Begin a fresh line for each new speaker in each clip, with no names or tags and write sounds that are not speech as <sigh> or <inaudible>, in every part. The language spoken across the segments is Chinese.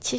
其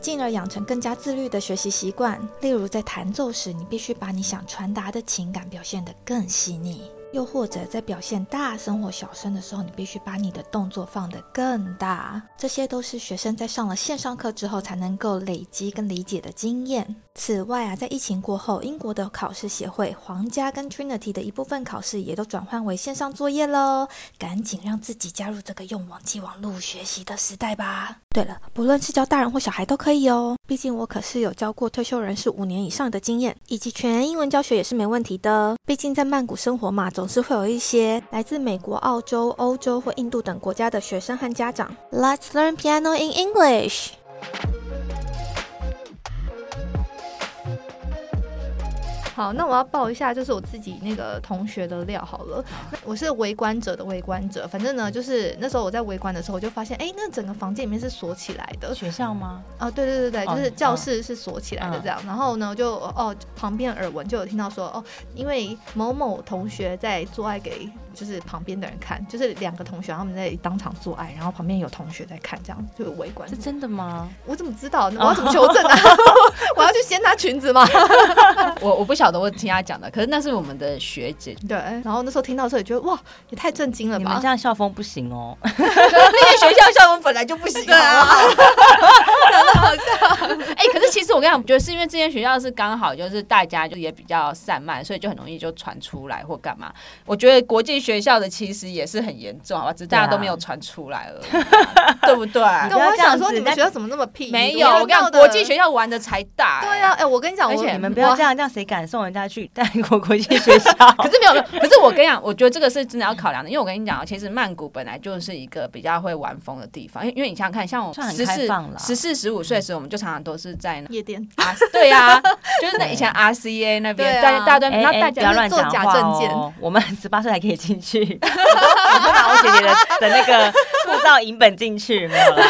进而养成更加自律的学习习惯。例如，在弹奏时，你必须把你想传达的情感表现得更细腻；又或者在表现大声或小声的时候，你必须把你的动作放得更大。这些都是学生在上了线上课之后才能够累积跟理解的经验。此外啊，在疫情过后，英国的考试协会皇家跟 Trinity 的一部分考试也都转换为线上作业喽。赶紧让自己加入这个用网际网络学习的时代吧。对了，不论是教大人或小孩都可以哦，毕竟我可是有教过退休人士五年以上的经验，以及全英文教学也是没问题的。毕竟在曼谷生活嘛，总是会有一些来自美国、澳洲、欧洲或印度等国家的学生和家长。Let's learn piano in English.
好，那我要报一下，就是我自己那个同学的料好了。那我是围观者的围观者，反正呢，就是那时候我在围观的时候，我就发现，哎、那整个房间里面是锁起来的。
学校吗？
哦，对对对对，
哦
就是教室是锁起来的这样。然后呢，就哦，旁边耳闻就有听到说，哦，因为某某同学在做爱给就是旁边的人看，就是两个同学他们在当场做爱，然后旁边有同学在看，这样就有围观
是。真的吗？
我怎么知道？我要怎么求证啊？ <laughs> 我要去掀她裙子吗？
我我不晓得，我听他讲的，可是那是我们的学姐，
对，然后那时候听到的时候也觉得哇，也太震惊了
你们
吧哎
这！样校风不行哦。
<laughs>
那些学校校风本来就不行，对啊，哎、可是其实我跟你讲，我觉得是因为这间学校是刚好就是大家就也比较散漫，所以就很容易就传出来或干嘛。我觉得国际学校的其实也是很严重，好吧，只是大家
对啊
都没有传出来而已啊，对
<laughs>
不对？
但
不要
我
这样
想
子
说，你们
那
学校怎么那么屁？
没有，我跟你讲，国际学校玩的才大、欸
对啊，哎、我跟你讲，
而
我
<laughs>
啊
且你们不要这。样，这样谁敢送人家去带国国际
<laughs>
学校？
可是没有，可是我跟你讲，我觉得这个是真的要考量的，因为我跟你讲啊，其实曼谷本来就是一个比较会玩风的地方，因为因为你想想看，像我
算很
十
开
四
放啦
十四十五岁的时候，我们就常常都是在那
夜店，
R 对啊，就是那以前 RCA 那边，
对啊
大家大家都
<laughs> 哎
那
哎
大
不要
家
乱
做
讲
假
话
证件
哦！ <laughs> 我们十八岁还可以进去， <laughs> 我都拿我姐姐的的那个护照影本进去，没有
<laughs>
啦。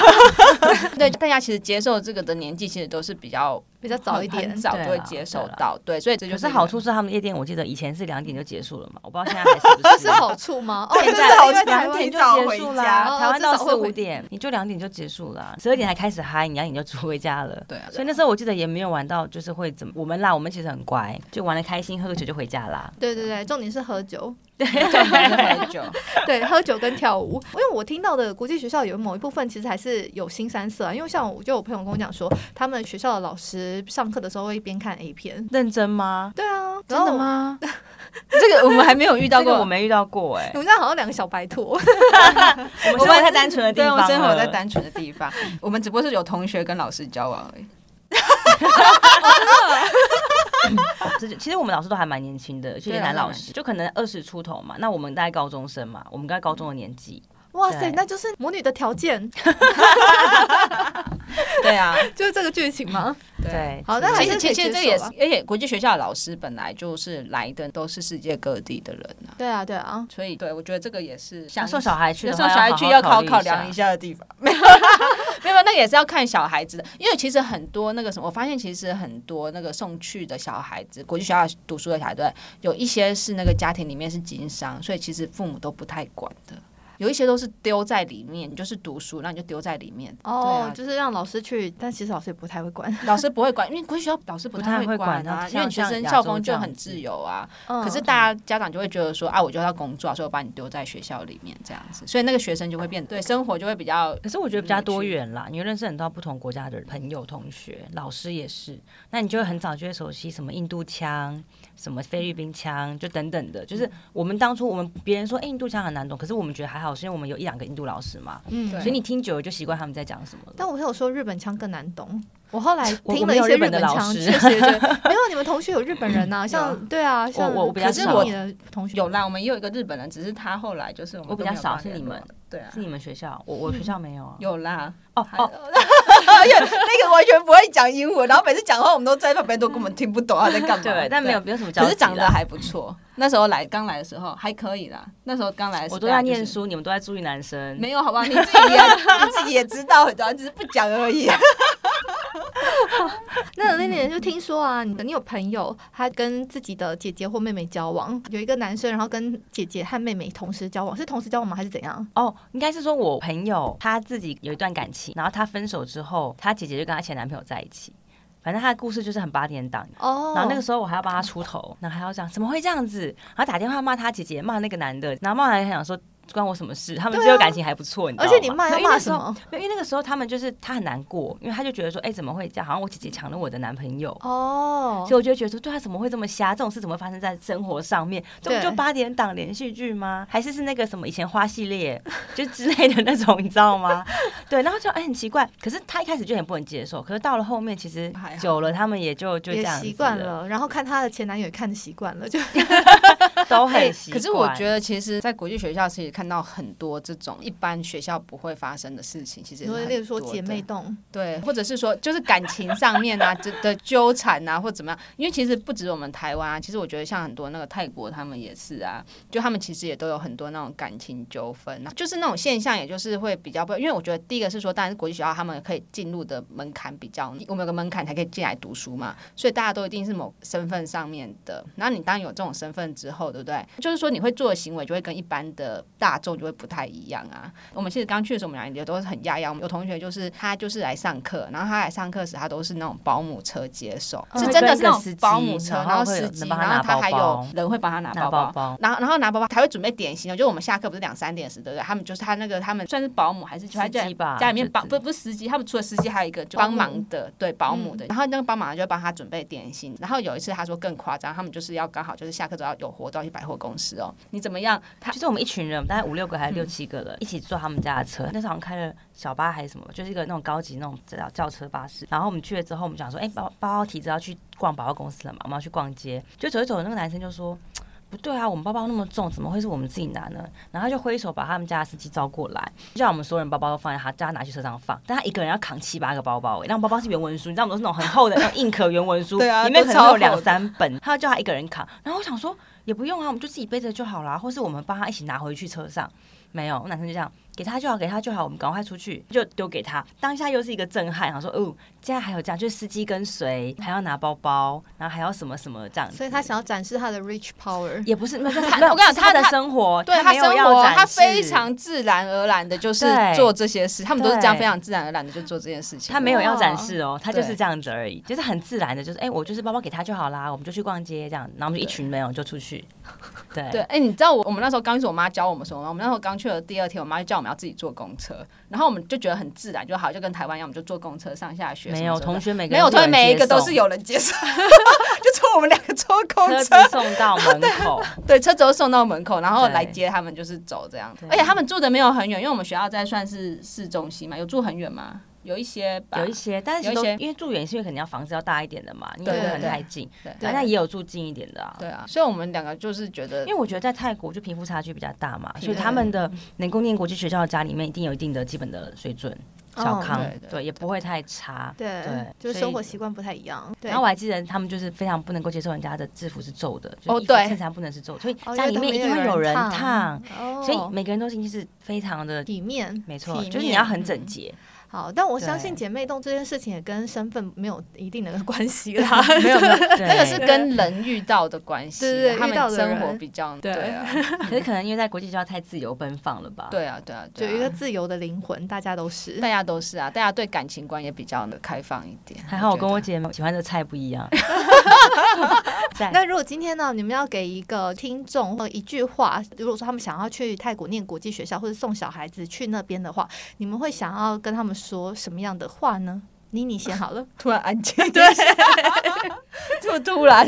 对大家其实接受这个的年纪其实都是比较
比较早一点
很。早
对
就
啦
会接受
对啦
到，对，所以这就
可
是
是
一个
好处。是他们夜店，我记得以前是两点就结束了嘛，我不知道现在还
<laughs>
是不
是好处吗？哦，
现
对
在
啊因为台
两
湾
点就
就
结束啦，
哦
台湾到
至少
四
会
五
回
点，你就两点就结束啦，十二点才开始嗨，你两点就出回家了。
对啊，
所以那时候我记得也没有玩到，就是会怎么我们啦，我们其实很乖，就玩的开心，喝个酒就回家啦。
对对对，重点是喝酒，
候很久，
对，喝酒跟跳舞。因为我听到的国际学校有某一部分其实还是有新三色啊，因为像我就有朋友跟我讲说，他们学校的老师上课的时候会一边看 A 片。
认真吗？
对啊，
真的？吗？这个我们还没有遇到
这个
过，
我没遇到过哎、
你们家好像两个小白兔， <laughs>
我们生活在单纯的地
对，我
方了，
们生活在单纯的地方，啊我们只不过是有同学跟老师交往而已。
这就其实我们老师都还蛮年轻的，就
对
些
啊
男老
当
师，就可能二十出头嘛。那我们大概高中生嘛，我们大概高中的年纪。
哇塞，
对
那就是魔女的条件，
对啊，
就是这个剧情吗？
对啊。
对，
好，那还
其
是
实
可以
其
接
实这
受
也是
吧，
而且国际学校的老师本来就是来的都是世界各地的人啊，
对啊，对啊，
所以对我觉得这个也是
那
像
送小孩去的话，
送小孩去要
要
考
好好
考
考
量一
下。
下的地方，没有，没有，那个也是要看小孩子的，因为其实很多那个什么，我发现其实很多那个送去的小孩子，国际学校读书的小孩子，有一些是那个家庭里面是经商，所以其实父母都不太管的，有一些都是丢在里面，你就是读书，那你就丢在里面，
哦，
对啊
就是让老师去，但其实老师也不太会管。
老师不会管，因为国际学校老师不
不太会
管
管
啊，
像
因为你学生校风就很自由啊，
嗯
可是大家家长就会觉得说啊，我就要工作啊，所以我把你丢在学校里面这样子，所以那个学生就会变对生活就会比较
可嗯是我觉得比较多元啦，你会认识很多不同国家的朋友、同学、老师也是。那你就会很早就会熟悉什么印度腔、什么菲律宾腔，就等等的。就是我们当初我们别人说、哎印度腔很难懂，可是我们觉得还好，是因为我们有一两个印度老师嘛，
嗯
对
所以你听久了就习惯他们在讲什么了。
但我朋友说日本腔更难懂，我后来
<laughs> 我
听
我没
了一
有
些
日本的
本
老
腔，
师
确实也觉得 <laughs> 没有你们同学有日本人呐、
<laughs>
像对啊，像
我我比较
可是
少
你的同学
有啦，我们也有一个日本人，只是他后来就是我们
我比较
都没有
少
办法
是你
联络
们
了，对啊
是，你们学校，我我学校没有啊。
有啦，
哦哦，
<laughs> 那个完全不会讲英文，然后每次讲话我们都在旁边都根本听不懂他在 <laughs> 干
<laughs>
嘛。
对，但没有没有什么交集啦。
可是长得还不错。那时候来刚来的时候还可以啦，那时候刚来的时候啊
我都在念，书，你们都在注意男生。
没有好不好？你自己 <laughs> 也你自己也知道很多，只是不讲而 <laughs> 已。
那那年就听说啊，你你有朋友他跟自己的姐姐或妹妹交往，有一个男生，然后跟姐姐和妹妹同时交往，是同时交往吗？还是怎样？
哦，应该是说我朋友她自己有一段感情，然后她分手之后，她姐姐就跟她前男朋友在一起。反正她的故事就是很八点档。
哦，
然后那个时候我还要帮她出头，然后还要讲怎么会这样子，然后打电话骂她姐姐，骂那个男的，然后骂完还想说关我什么事？他们
对啊
只有感情还不错，你知
而
道吗？
且你骂要
因为那
骂
时
什
候
么？
没有因为那个时候他们就是她很难过，因为她就觉得说，哎、怎么会这样？好像我姐姐抢了我的男朋友。
哦
所以，我就会觉得说，对啊，怎么会这么瞎？这种事怎么会发生在生活上面？这不
对
就八点档连续剧吗？还是是那个什么以前花系列 <laughs> 就之类的那种，你知道吗？对，然后就哎、很奇怪。可是他一开始就很不能接受，可是到了后面其实
还好
久了，他们也就就这
也
样
习
子
惯，了，然后看她的前男友也看的习惯了，就
<laughs> 都很习
哎可
惯。
是我觉得，其实，在国际学校其实看到很多这种一般学校不会发生的事情，其实
因为例如说姐妹
的
洞，
对，或者是说就是感情上面啊这的纠缠啊，或怎么样。因为其实不止我们台湾啊，其实我觉得像很多那个泰国他们也是啊，就他们其实也都有很多那种感情纠纷，就是那种现象，也就是会比较不，因为我觉得第一个是说，当然是国际学校他们可以进入的门槛比较，我们有个门槛才可以进来读书嘛，所以大家都一定是某身份上面的。然后你当有这种身份之后，对不对？就是说你会做的行为就会跟一般的大众就会不太一样啊。我们其实刚去的时候，我们俩也都是很压啊抑。我们有同学就是他就是来上课，然后他来上课时，他都是那种保姆车接送，
嗯
是真的是
会跟
那
司
种
机
保姆车，
然后
然后
会有
司
人
机，
帮他
然后
拿
他
包
还有
包
人会帮他拿
拿
包
包
包。
包，
然后，然后拿包包，还会准备点心哦。就我们下课不是两三点时，对不对？他们就是他那个，他们算是保姆还是就在
司机吧
家里面
就
帮
是
不不是司机，他们除了司机还有一个就
保
帮
姆
忙的，对保姆
嗯
的。然后那个帮忙的就帮他准备点心。然后有一次他说更夸张，他们就是要刚好就是下课之后有活动要去百货公司哦，你怎么样？他嗯
就是我们一群人，大概五六个还是六七个人，一起坐他们家的车。那时候好像开了小巴还是什么，就是一个那种高级那种轿轿车巴士。然后我们去了之后，我们想说，哎、包包包提着要去逛百货公司了嘛，我们要去逛街。就走一走，那个男生就说。不对啊，我们包包那么重，怎么会是我们自己拿呢？然后他就挥手把他们家的司机招过来，就叫我们所有人包包都放在他，叫他拿去车上放。但他一个人要扛七八个包包、欸，那种包包是原文书，你知道我们都是那种很厚的那种硬壳原文书，
<laughs> 对啊
里面可能
都超
有
厚的
两三本，他要叫他一个人扛。然后我想说，也不用啊，我们就自己背着就好啦，或是我们帮他一起拿回去车上。没有，那男生就这样给他就好，给他就好，我们赶快出去，就丢给他。当下又是一个震撼，想说哦，现在还有这样，就是司机跟随，还要拿包包，然后还要什么什么这样子。
所以她想要展示她的 rich power。
<laughs> 也不是，没有，就是
他
没有
我跟你讲
是他的
他他
生活，
对
他
他
没
生
有要
活，
展
他
示
非常自然而然的就是
对
做这些事，他们都是这样
对
非常自然而然的就做这件事情。
他没有要
哇
展示哦，他就是
对
这样子而已，就是很自然的，就是哎、我就是包包给他就好啦，我们就去逛街这样，然后我们就一群人我们就出
<laughs>
去，对
对，哎、你知道我我们那时候刚去，我妈教我们什么吗？我们那时候刚去的第二天，我妈就叫我们要自己坐公车，然后我们就觉得很自然就好，就跟台湾一样，我们就坐公车上下学什么
没
什么的。
有同学每个
没有，
人
同学每一个都
有
是
人
有人接送， <laughs> 就从我们两个坐公
接
车，
送车子送到门口，
<laughs> 对，车子都送到门口，然后
对
来接他们，就是走这样
对。
而且他们住的没有很远，因为我们学校在算是市中心嘛，有住很远吗？有一些吧，
有一些，但是
有一
都
些
因为住远是因为可能要房子要大一点的嘛，你有
对
一个
对
很
对
太近，
对
反正也有住近一点的啊，
对啊，所以我们两个就是觉
因
得
为我觉得在泰国就贫富差距比较大嘛，
对
所以他们的能够念国际学校的家里面一定有一定的基本的水准，小
嗯
康、
哦对对
对，也不会太差。
对
对，
就是
所以
生活习惯不太一样。对，
然后我还记得他们就是非常不能够接受人家的制服是皱的，就是
哦
衣服
对
衬衫不能是皱的，所以
哦
家里面一定会有人烫，，
哦
所以每个人都是就是非常的，
体面，
没错，
体
就是你
面
要
嗯
很整
<laughs>
洁，
好，但我相
对
信姐妹洞这件事情也跟身份没有一定
<laughs>
的关系
啊
啦。没有，
那
那个是跟人遇到的关系，
对对对
他
遇到
们
的
生活
人
比较
对
对啊，
可是可能因为在国际学校太自由奔放了吧，
对啊，对啊，
就
对啊
一个自由的灵魂，大家都是
大。家都是啊，大家对感情观也比较的开放一点。
还好我
觉
跟我
得
姐喜欢的菜不一样。在
那如果今天呢，你们要给一个听众或一句话，如果说他们想要去泰国念国际学校，或者送小孩子去那边的话，你们会想要跟他们说什么样的话呢？妮妮先好了，
突然安静，对， <laughs> 这么突然，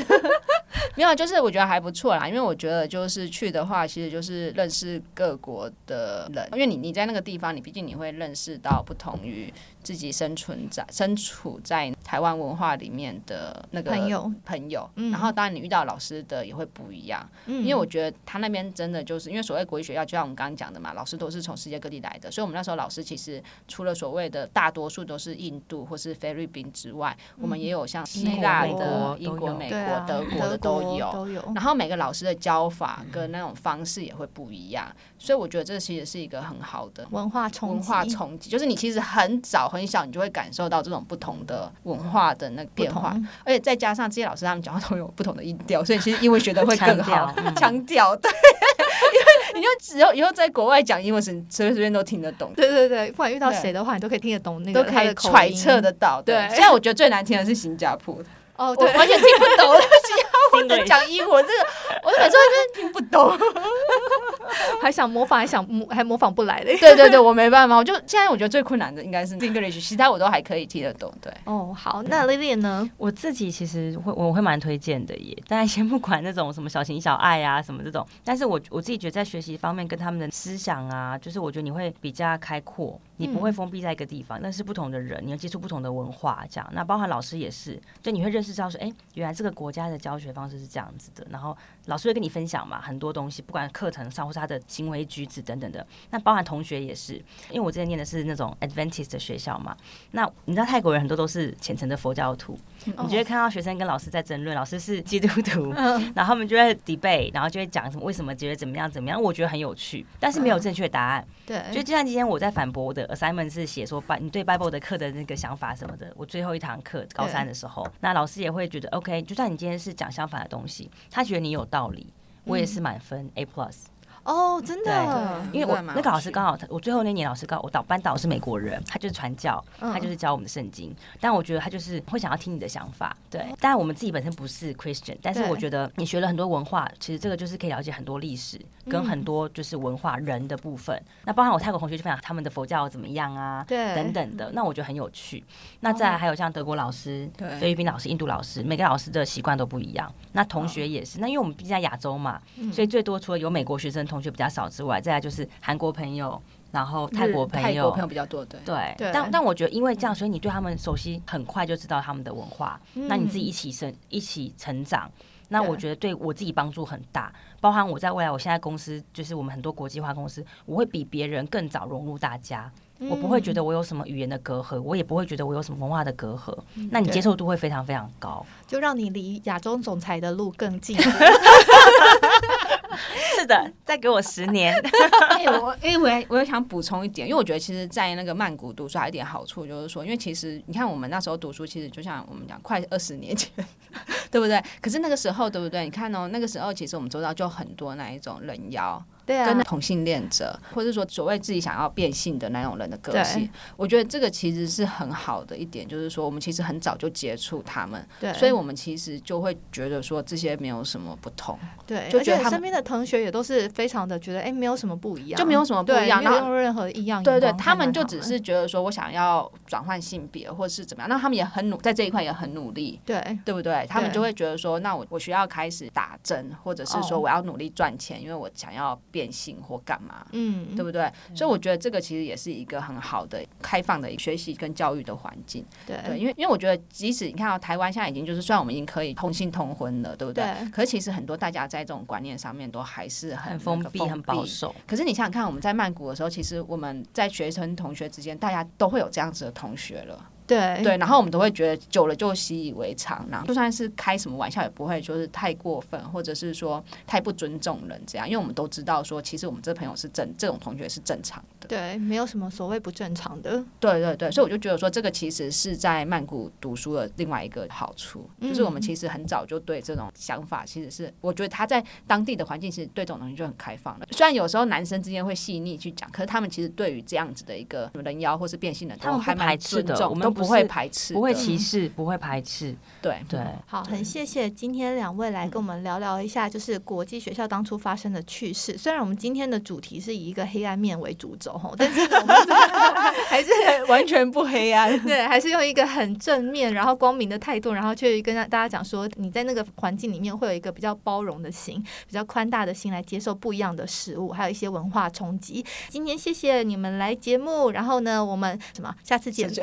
没有，啊就是我觉得还不错啦，因为我觉得就是去的话，其实就是认识各国的人，因为你你在那个地方，你毕竟你会认识到不同于。自自己生存在身处在台湾文化里面的那个
朋友
朋友，
嗯
然后当然你遇到老师的也会不一样，
嗯
因为我觉得他那边真的就是因为所谓国际学校，就像我们刚刚讲的嘛，老师都是从世界各地来的，所以我们那时候老师其实除了所谓的大多数都是印度或是菲律宾之外，我们也有像希腊的、
嗯英
英
国
国、
美
美
对
国
啊、
德国的都有。
都有。
然后每个老师的教法跟那种方式也会不一样，所以我觉得这其实是一个很好的
文化冲击
文化冲击，就是你其实很早很小，你就会感受到这种不同的文化的那个
不
变化
同，
而且再加上这些老师他们讲话都有不同的音调，所以其实英文学的会
强
更
调
<laughs> 好
嗯，
强调、对，因为你就只有以后在国外讲英文时，随随便都听得懂。
对对对，不管遇到
对
谁的话，你都可以听得懂那
都
个
可
他
以
的口音
揣测得到，
对
现在我觉得最难听的是新加坡，
哦，
我
对，
完全听不懂，我在
Singlish
讲英文，这个我每次都听不懂。
<laughs> 还想模仿，还想模还模仿不来嘞。
对对对，我没办法，我就 <laughs> 现在我觉得最困难的应该是 English，其他我都还可以听得懂。对，
哦，好，那 Lily 呢？
我自己其实会我会蛮推荐的耶，但先不管那种什么小情小爱啊什么这种，但是我我自己觉得在学习方面跟他们的思想啊，就是我觉得你会比较开阔，你不会封闭在一个地方，那是不同的人，你要接触不同的文化，这样。那包含老师也是，就你会认识到说，哎、原来这个国家的教学方式是这样子的，然后老师会跟你分享嘛，很多东西，不管课程上或是他的行为举止等等的。那包含同学也是，因为我之前念的是那种 Adventist 的学校嘛，那你知道泰国人很多都是虔诚的佛教徒，
哦
你就会看到学生跟老师在争论，老师是基督徒， <laughs> 然后他们就会 debate，然后就会讲什么为什么觉得怎么样怎么样，我觉得很有趣，但是没有正确答案。
对，
就就像今天我在反驳我的 assignment 是写说 Bi- 你对 Bible 的课的那个想法什么的，我最后一堂课高三的时候，那老师也会觉得 OK，就算你今天是讲相反的东西，他觉得你有道理，我也是满分、A plus。
哦，真的，
对
因为我
那蛮
那个
有
老师
趣
刚好他，我最后那年老师刚好我导班导是美国人，他就是传教，
嗯
他就是教我们的圣经。但我觉得他就是会想要听你的想法，对。当然我们自己本身不是 Christian，但是
对
我觉得你学了很多文化，其实这个就是可以了解很多历史跟很多就是文化人的部分。那包含我泰国同学就分享他们的佛教怎么样啊，
对
等等的，那我觉得很有趣。那再来还有像德国老师、
对
菲律宾老师、印度老师，每个老师的习惯都不一样。那同学也是，那因为我们毕竟在亚洲嘛，所以最多除了有美国学生同学比较少之外，再来就是韩国朋友，然后泰国朋
泰国
友
朋。友比较多，对。
对，
对
但但我觉得，因为这样，所以你对他们熟悉，很快就知道他们的文化。
嗯
那你自己一起生，一起成长，那
对
我觉得对我自己帮助很大。包含我在未来，我现在公司就是我们很多国际化公司，我会比别人更早融入大家。
嗯
我不会觉得我有什么语言的隔阂，我也不会觉得我有什么文化的隔阂。那你
对
接受度会非常非常高。
就让你离亚洲总裁的路更近。
<laughs> 是的，再给我十年。
<laughs> 哎、我哎、我也我也想补充一点，因为我觉得其实，在那个曼谷读书还有一点好处，就是说，因为其实你看我们那时候读书，其实就像我们讲，快二十年前， <laughs> 对不对？可是那个时候，对不对？你看哦，那个时候其实我们周遭就很多那一种人妖，
对啊
跟，同性恋者，或者说所谓自己想要变性的那种人的个
对
性，我觉得这个其实是很好的一点，就是说我们其实很早就接触他们，
对，
所以我们其实就会觉得说这些没有什么不同。
对，
就
而
觉得
且
他们
身边的同学也都是非常的觉得，哎，没有什么不一样，
就没有什么不
对
一样
没有
然后
用任何异
哦
样眼光看
对
待
对
他，们，
他们就只是觉得说我想要转换性别，或是怎么样，那他们也很努，在这一块也很努力。
对
对不对？他们
对
就会觉得说，那我我需要开始打针，或者是说
哦
我要努力赚钱，因为我想要变性或干嘛。
嗯，
对不对？所以我觉得这个其实也是一个很好的开放的学习跟教育的环境。对，
嗯
对
因为因为我觉得，即使你看到台湾现在已经就是，虽然我们已经可以同性同婚了，对不对？
对
可是其实很多大家在这种观念上面都还是很
<laughs> 很
那
封
个
闭、<laughs>
封
很保守。
可是你想想看，我们在曼谷的时候，其实我们在学生同学之间，大家都会有这样子的同学了，
对
对。然后我们都会觉得久了就习以为常，然后就算是开什么玩笑，也不会就是太过分，或者是说太不尊重人这样，因为我们都知道说，其实我们这朋友是正，这种同学是正常的。
对，没有什么所谓不正常的，
对对对，所以我就觉得说，这个其实是在曼谷读书的另外一个好处，
嗯
就是我们其实很早就对这种想法，其实是我觉得他在当地的环境，其实对这种东西就很开放了。虽然有时候男生之间会细腻去讲，可是他们其实对于这样子的一个人妖或是变性人，
他
都
们
还
不排
蛮
斥
尊
的，
重，
我们
都
不
不
不
会
是
排斥的，
不会歧视，不会排斥，
对 <laughs>
对，
好，很谢谢今天两位来跟我们聊聊一下，就是国际学校当初发生的趣事。虽然我们今天的主题是以一个黑暗面为主轴吼，但是我们还是
完全不黑暗。
对，还是用一个很正面，然后光明的态度，然后去跟大家讲说，你在那个环境里面会有一个比较包容的心，比较宽大的心来接受不一样的食物，还有一些文化冲击。今天谢谢你们来节目，然后呢，我们什么下次见。
谢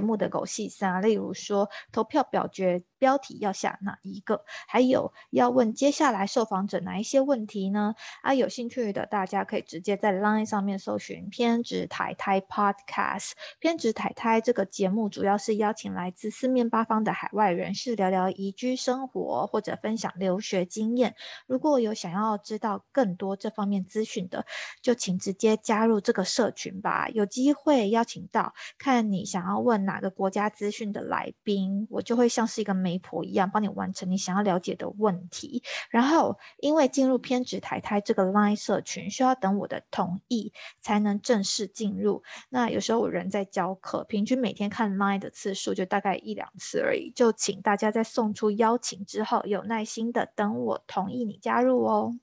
目的狗戏三，例如说投票表决标题要下哪一个，还有要问接下来受访者哪一些问题呢？啊，有兴趣的大家可以直接在 Line 上面搜寻“偏执太太 Podcast”。偏执太太这个节目主要是邀请来自四面八方的海外人士聊聊移居生活或者分享留学经验。如果有想要知道更多这方面资讯的，就请直接加入这个社群吧。有机会邀请到看你想要问哪个国家资讯的来宾，我就会像是一个媒婆一样，帮你完成你想要了解的问题。然后，因为进入偏执台台这个 LINE 社群，需要等我的同意才能正式进入。那有时候我人在教课，平均每天看 LINE 的次数就大概一两次而已。就请大家在送出邀请之后，有耐心的等我同意你加入哦。